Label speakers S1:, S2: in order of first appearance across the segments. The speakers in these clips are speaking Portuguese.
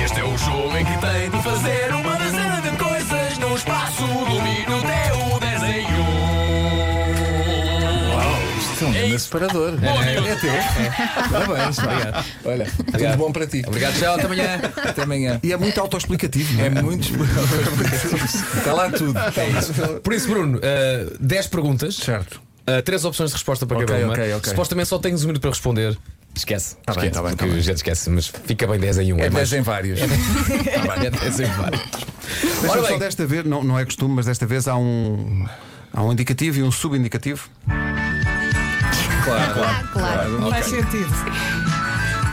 S1: um jogo em que tem de fazer uma dezena de coisas num espaço do minuto é o desenho.
S2: Isto é um grande separador. É, é teu. Parabéns. Obrigado. Olha, é tudo bom para ti.
S3: Obrigado, João. Até amanhã.
S2: Até amanhã.
S3: E é muito autoexplicativo. não
S2: É muito. Está lá tudo. É isso.
S3: Por isso, Bruno, eh, 10 perguntas,
S2: Certo.
S3: eh, três opções de resposta para
S2: Ok,
S3: cada uma.
S2: ok, ok.
S3: Supostamente só tens um minuto para responder. Esquece. Tá
S2: bem, tá bem, tá
S3: porque
S2: bem.
S3: já te esquece, mas fica bem 10 em 1.
S2: É 10 em vários.
S3: É 10 em vários. Ora
S4: Deixa-me só
S3: bem.
S4: desta vez, não, não é costume, mas desta vez há um, há um indicativo e um subindicativo.
S2: Claro, claro.
S5: Claro, não faz sentido.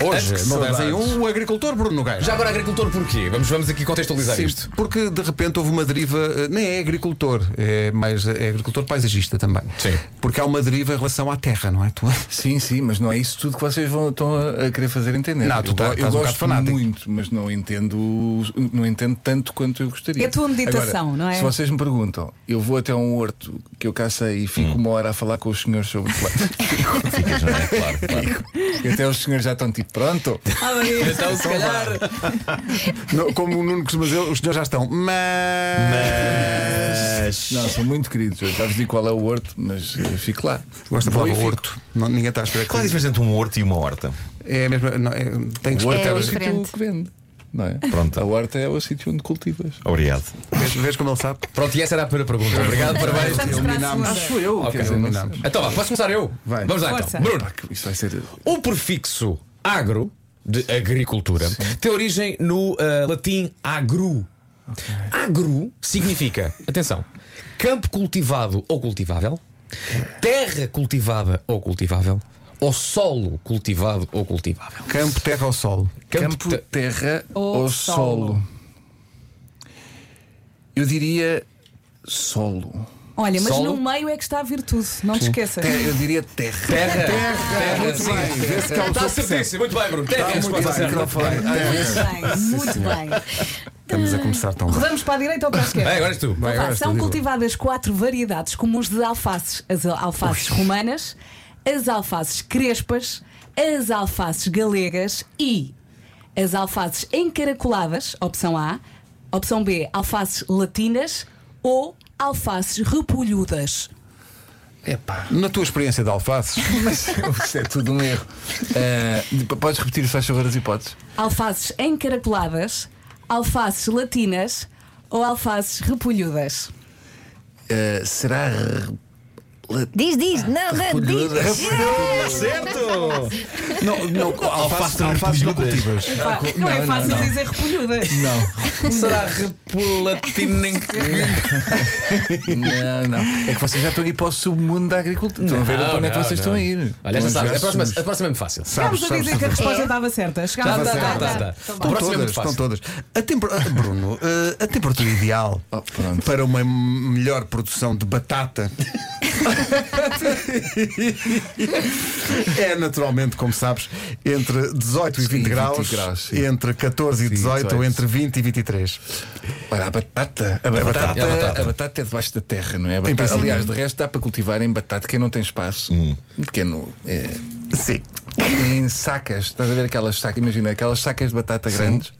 S4: Hoje,
S3: que
S4: no
S3: saudades.
S4: 10 em 1, o agricultor Bruno Nogueira.
S3: Já agora, agricultor, porquê? Vamos, vamos aqui contextualizar
S4: Sim,
S3: isto.
S4: porque de repente houve uma deriva, eh, nem é agricultor, é mais é agricultor paisagista também.
S3: Sim.
S4: Porque há uma deriva em relação à terra, não é? Tu,
S2: Sim, sim, mas não é isso tudo que vocês vão, estão a, a querer fazer entender.
S4: Não, tu
S2: eu,
S4: tá-
S2: go- eu
S4: estás um bocado
S2: gosto
S4: fanático.
S2: muito, mas não entendo, não entendo tanto quanto eu gostaria.
S5: É a tua meditação,
S2: Agora,
S5: não é?
S2: Se vocês me perguntam, eu vou até um horto que eu cacei e
S4: Hum.
S2: fico uma hora a falar com os senhores sobre plantas.
S3: Ficas, não é? Claro, claro.
S2: E até os senhores já estão tipo, pronto.
S3: Então, se calhar.
S4: não, como o Nuno costuma dizer, os senhores já estão. Mas.
S2: Não, são muito queridos. Eu já vos digo qual é o horto, mas eh, fico lá.
S4: Gosta da
S2: Vou e
S4: palavra
S2: fico.
S4: horto. Não, ninguém está a esperar. que-
S6: Qual é a diferença entre um horto e uma horta?
S4: É a mesma. não, é- tem que
S2: O horto é,
S4: explicar.
S2: o
S4: Vês-
S2: sítio
S5: diferente.
S2: que vende. Não é?
S6: Pronto.
S2: A horta é o sítio onde cultivas.
S6: Obrigado.
S4: Vês como ele sabe?
S3: Pronto, e essa era a primeira pergunta. Obrigado, parabéns.
S5: Vamos para a segunda.
S2: Sou eu,
S3: Ok.
S2: quer dizer, não sei.
S3: Então, vá, posso começar eu?
S2: Vai.
S3: Vamos lá,
S5: Força.
S3: então. Bruno,
S2: Pá, que Isso vai ser.
S3: O prefixo agro, de agricultura, tem origem no ah, latim agru. Agru significa, atenção, campo cultivado ou cultivável, terra cultivada ou cultivável, ou solo cultivado ou cultivável.
S4: Campo, terra ou solo?
S2: Campo,
S3: te-
S2: terra
S5: Ou
S2: ou
S5: solo?
S2: solo? Eu diria solo.
S5: Olha, mas
S3: Solo?
S5: no meio é que está a virtude, não te esqueças.
S4: Terra, eu diria terra.
S3: Terra. Terra.
S4: Muito bem. Vê se cá o
S3: Está
S4: pessoal percebe.
S3: certíssimo, muito bem, Bruno. Terra é a resposta
S2: Ah, bem,
S3: certa.
S2: microfone.
S5: Muito bem, muito bem.
S4: Estamos a começar tão bem.
S5: Rodamos para a direita ou para a
S3: Bem,
S5: esquerda?
S3: agora és tu.
S4: Vai,
S5: Vá,
S4: agora estou,
S5: são
S4: diz lá.
S5: cultivadas quatro variedades comuns de alfaces: as alfaces romanas, as alfaces crespas, as alfaces galegas e as alfaces encaracoladas, opção A, opção B, alfaces latinas ou alfaces repolhudas.
S4: Na tua experiência de alfaces,
S2: Mas isso é tudo um erro. Ah, depois podes repetir, se faz favor, as hipóteses?
S5: Alfaces encaracoladas, alfaces latinas ou alfaces repolhudas.
S2: Ah, será.
S7: Diz, diz, não, não,
S2: repolhuda?
S7: diz.
S6: Certo!
S4: não, não, alfaces,
S6: Alface não
S4: alfaces não
S6: repolhudas.
S4: cultivas.
S5: Pá, não, é fácil dizer repolhudas.
S3: Será repolatina?
S2: Não, não. É que vocês já estão a ir para o submundo da agricultura. Estão a ver para onde é que vocês estão a ir.
S3: Olha, esta
S2: Estão
S3: sabes, a
S2: jogar
S3: próxima,
S2: sumos.
S3: a próxima é muito fácil.
S4: Sabes,
S5: Estávamos a
S4: sabes,
S5: dizer que a
S4: sabes.
S5: resposta estava certa. Chegámos
S3: Tá,
S5: a
S3: tá, tá,
S5: certa.
S3: tá, tá.
S4: Estão
S3: Próxima é
S4: todas,
S3: muito
S4: estão
S3: fácil.
S4: todas. A temper- ah, Bruno, eh, a temperatura ideal
S2: Oh, pronto.
S4: para uma melhor produção de batata é naturalmente, como sabes, entre 18 e 20
S2: Sim, 20
S4: graus,
S2: graus, sim.
S4: entre 14 e 18, ou
S2: 18.
S4: entre 20 e 23.
S2: Olha, a batata. A batata,
S3: batata. É a batata.
S2: a batata é debaixo da terra, não é? A batata-
S4: princípio.
S2: aliás, de resto dá para cultivar em batata. Quem não tem espaço,
S3: Hum.
S2: pequeno. é,
S4: Sim.
S2: em sacas. Estás a ver aquelas sacas? Imagina, aquelas sacas de batata grandes.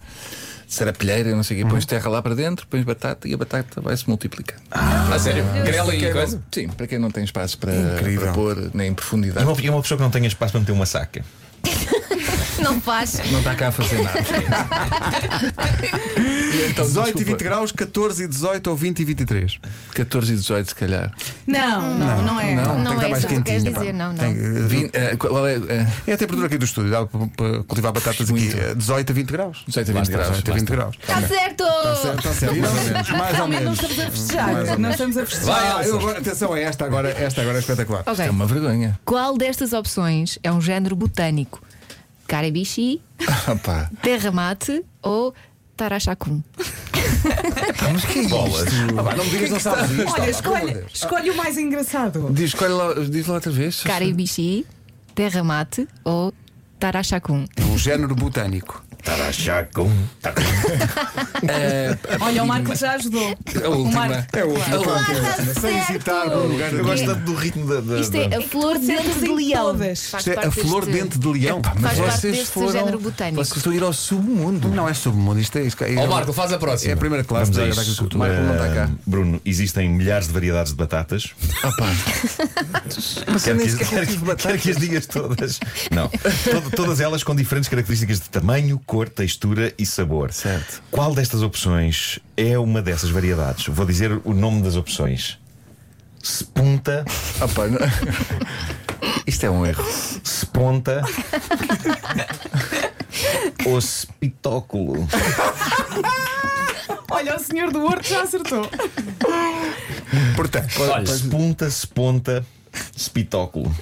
S2: Serapilheira, não sei o quê. Pões terra lá para dentro, pões batata e a batata vai se multiplicar.
S3: A sério? Grela
S2: Quem
S3: e
S2: não-
S3: coisa?
S2: Sim, para quem não tem espaço para,
S4: Incrível.
S2: para pôr, nem
S6: E
S2: profundidade.
S6: uma, e uma pessoa que não tenha espaço para meter uma saca.
S7: Não faz.
S2: Não está cá a fazer nada. E então,
S4: 18 e
S2: desculpa,
S4: 20 graus, 14 e 18 ou 20 e 23.
S2: 14 e 18, se calhar.
S5: Não, não, não é.
S7: Não,
S4: tem que estar mais
S7: é isso que tu queres
S4: quentinha, pá.
S7: dizer, não, não.
S4: Tem que-
S2: Vin- eh, qual é, eh,
S4: É a temperatura aqui do estúdio, dá para para cultivar batatas aqui eh, 18 a 20 graus.
S2: 18 a 20 graus,
S4: 18 a 20 graus.
S7: Está certo!
S4: Está certo, mais ou menos. Mais ou
S5: Realmente não
S4: menos.
S5: estamos a festejar. Não estamos a festejar.
S3: Vai,
S4: Ah, eu
S3: Elsa.
S4: agora- atenção, é esta agora, esta agora é espetacular.
S7: Ok.
S2: é uma vergonha.
S7: Qual destas opções é um género botânico? Caribichi,
S2: Ah, pá.
S7: terra mate ou tarachacum?
S6: Bolas.
S4: Ah, pá, não me digas que não sabes isto.
S5: Olha, escolhe, escolhe o mais engraçado.
S2: Diz, escolhe lá, diz lá outra vez.
S7: Caribichi, terra mate ou tarachacum?
S4: É um género botânico.
S6: Tarachacum.
S5: Olha, o Marco já ajudou.
S2: A
S5: O
S2: última.
S5: Marco.
S4: É o último.
S2: A última.
S4: Sem hesitar, no lugar
S6: Eu gosto tanto do ritmo da. da-
S7: Isto é
S6: da-
S7: a flor
S5: tu
S7: dentro
S5: sentes
S7: de
S5: em
S7: leão.
S5: todas.
S7: Faz
S4: Isto é a
S7: parte
S4: flor
S7: deste-
S4: dente de leão.
S2: Pá, mas
S7: Faz parte
S2: vocês
S7: deste
S2: foram.
S7: género botânico.
S2: Vocês estão a ir ao submundo.
S4: Não é submundo, isto é isto. É,
S3: Ó Marco, faz a
S4: é
S3: próxima.
S4: a primeira classe
S6: Vamos
S4: da
S6: a
S4: da
S6: isso.
S4: agricultura. Marco não está cá.
S6: Ah, Bruno, existem milhares de variedades de batatas.
S2: Ah, pá.
S6: Quero
S2: nem
S6: que,
S2: sequer
S6: quero,
S2: tive
S6: que-
S2: batatas.
S6: quero que as digas todas. Não. Todo- todas elas com diferentes características de tamanho, cor, textura e sabor.
S2: Certo.
S6: Qual destas opções é uma dessas variedades? Vou dizer o nome das opções: Sepunta,
S2: Ah, pá, não. Isto é um erro.
S6: Seponta ou Spitóculo.
S5: Olha, o senhor do Horto já acertou.
S2: Portanto,
S3: Olha,
S6: Sepunta, Seponta, Spitóculo.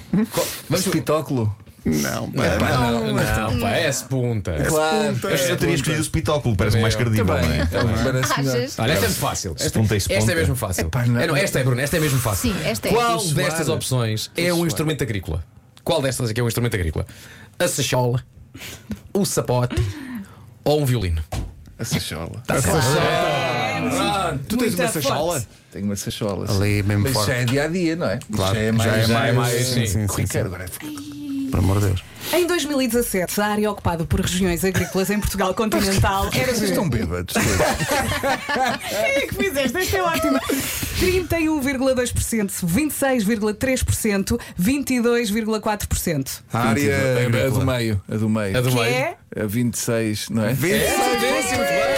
S2: mas espetáculo.
S3: pá, não, não, pá, é punta.
S2: Claro.
S6: Eu teria escolhido o Spitóculo, parece mais credível, não é?
S2: Também. Parece melhor.
S7: Achas?
S3: Olha, esta é muito fácil. Esta,
S6: Sepunta e
S3: esta
S6: sepunta.
S3: é mesmo fácil.
S2: Epá, não.
S3: É, não, esta é, Bruno, esta é mesmo fácil.
S7: Sim, esta é.
S3: Qual
S2: Estou
S3: destas
S2: suado.
S3: opções é
S2: suado.
S3: um instrumento agrícola? Qual destas aqui é um instrumento agrícola? A sachola, o sapote ou um violino?
S2: A sachola.
S4: Tu tens
S5: Muita
S4: uma sachola?
S2: Tenho uma sachola.
S4: Ali é mesmo
S2: Mas
S4: forte.
S2: já é dia a dia, não é?
S4: Claro,
S2: Já é mais.
S4: já é mais-
S3: sim,
S4: sim, sim,
S2: Ricardo, agora é
S4: Por amor de Deus.
S5: Em 2017, a área ocupada por regiões agrícolas em Portugal continental era
S2: Vocês estão bêbados. todos.
S5: É que fizeste, esta é ótima. 31,2%, 26,3%, 22,4%.
S4: A
S2: A-
S4: área
S2: A do
S4: agrícola.
S2: meio. A do meio.
S3: A do
S5: Que
S3: meio.
S5: é
S2: A 26, não é? Ah,
S5: É.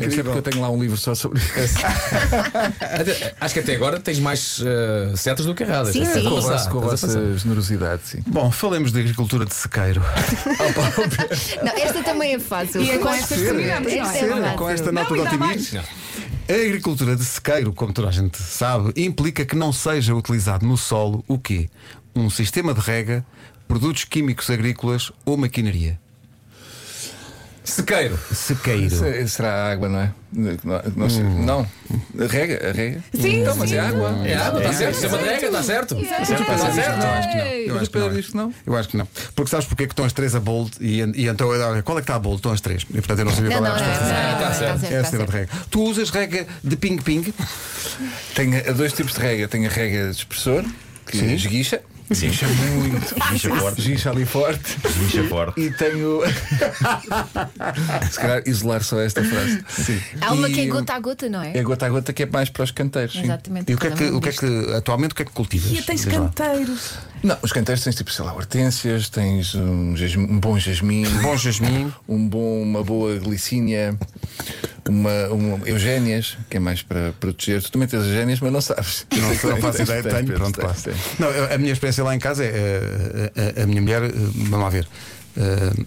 S2: Eu sei porque eu tenho lá um livro só sobre isso.
S3: Até- Acho que até agora tens mais eh, certas do que erradas.
S7: Sim,
S3: Estás
S7: sim.
S3: a
S2: Com a
S3: passar,
S2: vossa- com a
S3: estás a passar.
S2: vossa generosidade, sim.
S4: Bom, falemos de agricultura de sequeiro.
S7: Não, esta também é fácil.
S5: E é com
S7: Pode
S5: estas
S7: ser.
S5: terminamos, não é?
S7: Esta é
S5: Ser,
S7: fácil.
S4: com esta nota de
S5: Não, ainda
S4: otimismo. A agricultura de sequeiro, como toda a gente sabe, implica que não seja utilizado no solo o quê? Um sistema de rega, produtos químicos agrícolas ou maquinaria.
S3: Sequeiro.
S4: Sequeiro.
S2: Se- Será água, não é? Não, não sei. Não. Rega, rega.
S5: Sim,
S2: Então, mas é água.
S3: É água, está certo. Sistema de regra, está certo. Está certo.
S4: Eu acho que não. Eu acho que não.
S2: Espera, isto não.
S4: Eu acho que não. Porque sabes porque é que estão as três a bold e, e então olha, qual é que está a bold? Estão as três. E portanto eu não sabia
S7: Não,
S4: qual
S7: não,
S4: era a
S7: não, não,
S4: resposta.
S7: não,
S3: Tá
S7: não,
S3: certo.
S7: tá
S4: é a
S7: certo,
S4: cena de
S7: tá certo.
S4: rega. Tu usas rega de ping-ping?
S2: Tenho eh, dois tipos de rega. Tenho a rega de espessor, que esguicha.
S6: Sim,
S2: Muito.
S6: Gicha forte,
S2: Esguicha ali forte.
S6: gicha forte.
S2: E tenho. Se calhar isolar só esta frase.
S7: Há uma
S2: E
S7: que é gota a gota, não
S2: É
S7: é?
S2: gota a gota que é mais para os canteiros. sim.
S7: Exatamente.
S4: E o que é que, o que, é que atualmente o que é que cultivas?
S5: E tens
S4: Diz lá.
S5: canteiros.
S2: Não, os canteiros tens tipo, sei lá, hortênsias, tens um, jasm- um bom jasmim,
S4: Bom jasmim.
S2: um bom, uma boa glicínia, uma, uma eugénias, que é mais para proteger. Tu também tens eugénias, mas não sabes.
S4: Não, sei, não faço
S2: Tens,
S4: ideia,
S2: tens,
S4: tenho,
S2: tens,
S4: pronto,
S2: tens,
S4: claro.
S2: tens.
S4: Não, eu- a minha experiência lá em casa é. eh, A, a- a minha mulher, eh, vamos lá ver, eh,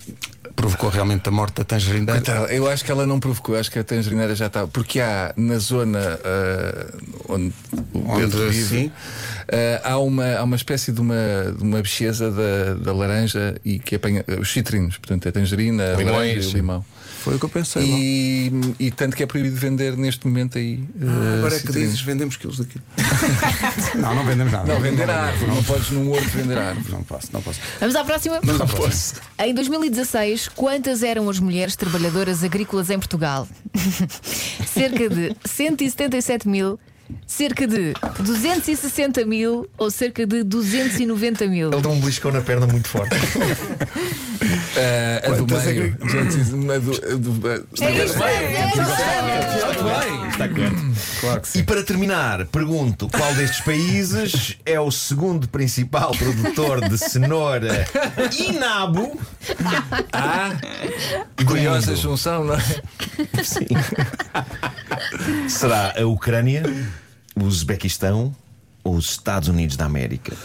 S4: provocou realmente a morte da tangerina.
S2: Coitada, Então, Eu acho que ela não provocou, acho que a tangerineira já está. Porque há na zona ah, onde o
S4: Onde,
S2: Pedro vive,
S4: sim.
S2: ah, há, uma, há uma espécie de uma, de uma bicheza da, da laranja e que apanha ah, os citrinos, portanto, a tangerina, a
S3: Limões,
S2: laranja e o
S3: sim.
S2: limão.
S4: Foi o que eu pensei. lá.
S2: E, e tanto que é proibido vender neste momento aí. ah,
S4: Agora é que
S2: citrinos.
S4: dizes, vendemos quilos daqui. não, não vendemos nada.
S2: Não, vender a
S4: Não,
S2: árvore, não podes num horto vender a árvore.
S4: Não posso, não posso.
S7: Vamos à próxima.
S4: Não posso.
S7: Em 2016, quantas eram as mulheres trabalhadoras agrícolas em Portugal? cerca de 177 mil, cerca de 260 mil ou cerca de 290 mil?
S6: Ele deu um beliscão na perna muito forte.
S2: Ah, a do
S4: Quantas
S2: meio. Gente, uma do- a do- a-
S6: Está correto.
S4: Claro que sim.
S6: E para terminar, pergunto qual destes países é o segundo principal produtor de cenoura e nabo? Ah,
S2: Curiosa junção, não é?
S6: Será a Ucrânia, o Uzbequistão ou os Estados Unidos da América?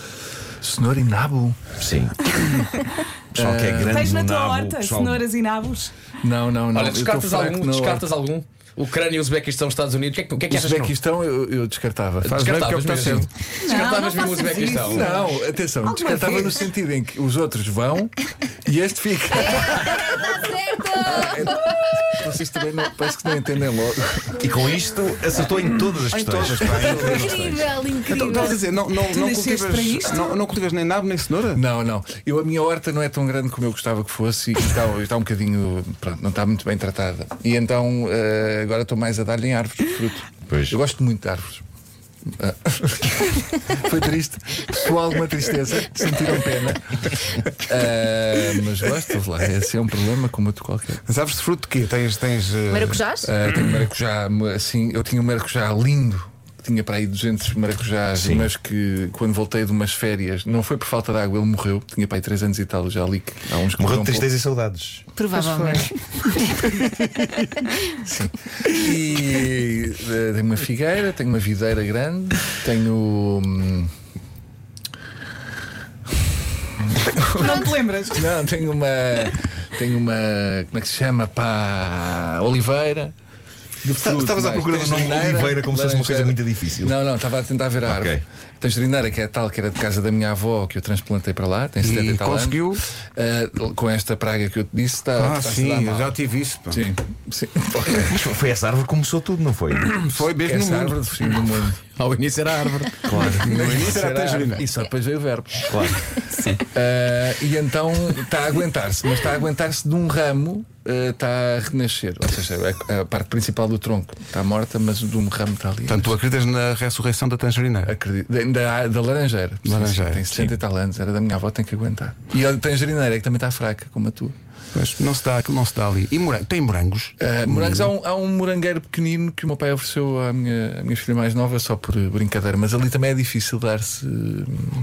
S2: Senhor Inabo.
S6: Sim. O pessoal que é grande
S5: Eh, Tens
S6: no
S5: na tua
S6: nabo,
S5: horta
S6: o pessoal-
S5: cenouras e nabos.
S2: Não, não, não.
S3: Olha,
S2: Eu tô
S3: descartas
S2: fraco
S3: algum?
S2: na
S3: Descartas algum? Ucrânia, Uzbequistão, Estados Unidos. O que é que, o que, é que achas que não?
S2: Uzbequistão um, eu, eu descartava. Faz bem porque é o
S3: Descartavas
S2: que está
S3: mesmo. Então.
S2: certo.
S3: Descartavas
S5: Não, não
S3: mesmo o
S5: faças
S3: Uzbequistão.
S2: Não, atenção,
S5: Alguma
S2: descartava
S5: vez.
S2: no sentido em que os outros vão e este fica.
S7: Certo!
S2: Vocês também não, parece que não entendem logo.
S6: E com isto acertou em todas as questões.
S7: Incrível,
S4: Então,
S7: incrível.
S4: estás a dizer, não, não,
S5: Tu
S4: não
S5: nasceste para
S4: cultivas,
S5: isto?
S4: não, não cultivas nem nabo nem cenoura?
S2: Não, não. Eu, a minha horta não é tão grande como eu gostava que fosse e está, está um bocadinho. Pronto, não está muito bem tratada. E então eh, agora estou mais a dar-lhe em árvores de fruto.
S6: Pois.
S2: Eu gosto muito de árvores. Ah. Foi triste. Pessoal, alguma tristeza. Sentiram pena. Ah, mas gosto, vamos lá. Esse é um problema como outro qualquer.
S4: Mas árvores de fruto de quê? Tens. tens eh,
S7: Maracujás?
S2: Ah, tenho maracujá, assim, eu tinha um maracujá lindo. Tinha para aí 200 maracujás, mas que quando voltei de umas férias, não foi por falta de água, ele morreu. Tinha para aí 3 anos e tal, já li que há uns que morreram
S6: Morreu de
S2: pouco.
S6: tristeza e saudades.
S7: Provavelmente.
S2: E eh, tenho uma figueira, tenho uma videira grande, tenho. hum,
S5: Não te lembras?
S2: Não, tenho uma. Tenho uma. Como é que se chama? Pá. Oliveira. de fruto,
S6: estavas à
S2: mais.
S6: procura do nome
S2: Tangerineira,
S6: Oliveira como se fosse uma coisa
S2: laranjeira.
S6: muito difícil.
S2: Não, não, estava a tentar ver a
S6: Ok.
S2: árvore. Tangerineira, que é tal, que era de casa da minha avó, que eu transplantei para lá, tem 70 e tal anos.
S4: conseguiu?
S2: Ah, com esta praga que eu te disse, está.
S4: Ah,
S2: está-se a
S4: sim,
S2: dar
S4: eu
S2: mal.
S4: já tive isso. pá.
S2: Sim, sim.
S6: Mas foi essa árvore que começou tudo, não foi?
S4: Foi mesmo no
S2: Essa
S4: mundo.
S2: árvore do fim do mundo.
S3: Ao início era a árvore.
S4: No início era a tangerina.
S2: E só depois veio o verbo. Claro. e então está a aguentar-se, mas está a aguentar-se de um ramo, eh, está a renascer. Ou seja, é a, a parte principal do tronco está morta, mas de um ramo está ali.
S4: Portanto, tu acreditas na ressurreição da tangerina?
S2: Acredito. Da- Da, da laranjeira. Sim,
S4: Laranjeira,
S2: sim, Tem 70 e tal anos, era da minha avó, tem que aguentar. E a tangerineira, é que também está fraca, como a tua.
S4: Mas não se dá, aquilo não se dá ali. E morango? Tem morangos?
S2: Eh, morangos, há um, há um morangueiro pequenino que o meu pai ofereceu à minha, à minha filha mais nova, só por brincadeira, mas ali também é difícil dar-se.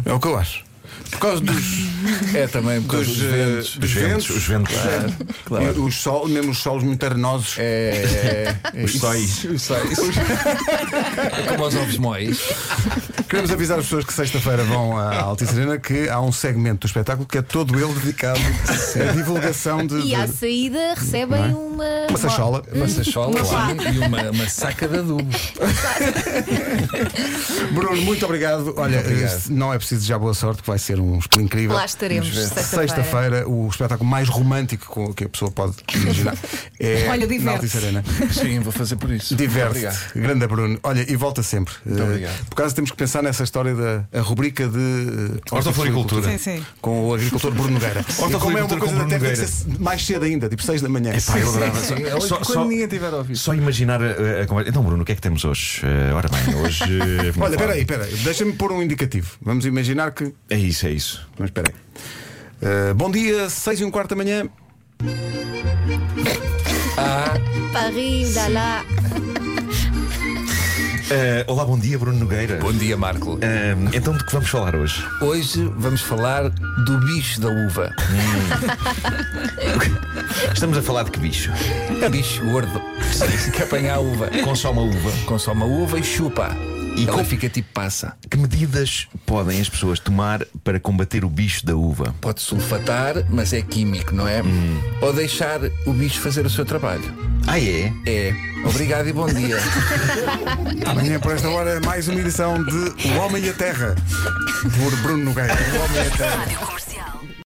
S4: É o que eu acho. Por causa dos,
S2: É também por causa
S4: dos,
S2: dos
S4: eh,
S2: ventos.
S4: dos ventos,
S6: Os ventos.
S4: E os sol, mesmo os solos muito arenosos.
S2: É, é,
S6: Os sóis.
S2: Os sóis. Como os ovos mois.
S4: Queremos avisar as pessoas que sexta-feira vão à Altice Arena que há um segmento do espetáculo que é todo ele dedicado à divulgação de.
S7: E à
S4: de-
S7: saída recebem é? uma.
S4: Uma sachola.
S2: Uma sachola sim, e uma, uma saca de adubo.
S4: Bruno, muito obrigado. Olha,
S2: obrigado.
S4: eh, não é preciso já boa sorte, que vai ser um espetáculo incrível.
S7: Lá estaremos, sexta-feira.
S4: Sexta-feira, o espetáculo mais romântico com- que a pessoa pode imaginar. É
S5: Olha, diverte-se.
S4: na Altice Arena.
S2: Sim, vou fazer por isso. Obrigado.
S4: Diverte. Grande Bruno. Olha, e volta sempre. Eh,
S2: obrigado.
S4: Por acaso temos que pensar nessa história da a rubrica de eh,
S6: Hortofloricultura.
S5: Sim, sim.
S4: com o agricultor Bruno Nogueira. E como é
S6: com
S4: uma coisa
S6: Bruno
S4: até tem que
S6: Nogueira.
S4: ser mais cedo ainda, tipo 6 da manhã.
S6: Pá, eu adorava.
S2: Sim, é hoje,
S6: Só-
S2: quando
S6: só-
S2: ninguém tiver ouvido.
S6: Só imaginar a, a conversa. Então, Bruno, o que é que temos hoje? Eh, ora bem, hoje. eh, vamos
S4: Olha,
S6: falar-
S4: peraí, peraí, deixa-me pôr um indicativo. Vamos imaginar que.
S6: É isso, é isso.
S4: Mas peraí. Eh, bom dia, 6 e um quarto da manhã.
S7: Paris, dá lá.
S6: Eh, olá, bom dia, Bruno Nogueira.
S2: Bom dia, Marco.
S6: Eh, então, de que vamos falar hoje?
S2: Hoje vamos falar do bicho da uva.
S6: Estamos a falar de que bicho?
S2: É bicho gordo que apanha a uva.
S6: Consome a uva.
S2: Consome a uva e chupa. E
S6: E
S2: Ela
S6: com-
S2: fica tipo passa.
S6: Que medidas podem as pessoas tomar para combater o bicho da uva?
S2: Pode sulfatar, mas é químico, não é?
S4: Hum.
S2: Ou deixar o bicho fazer o seu trabalho.
S6: Ah, é?
S2: É. Obrigado e bom dia.
S4: Amanhã, por esta hora, mais uma edição de O Homem e a Terra, por Bruno Nogueira.
S8: Rádio Comercial.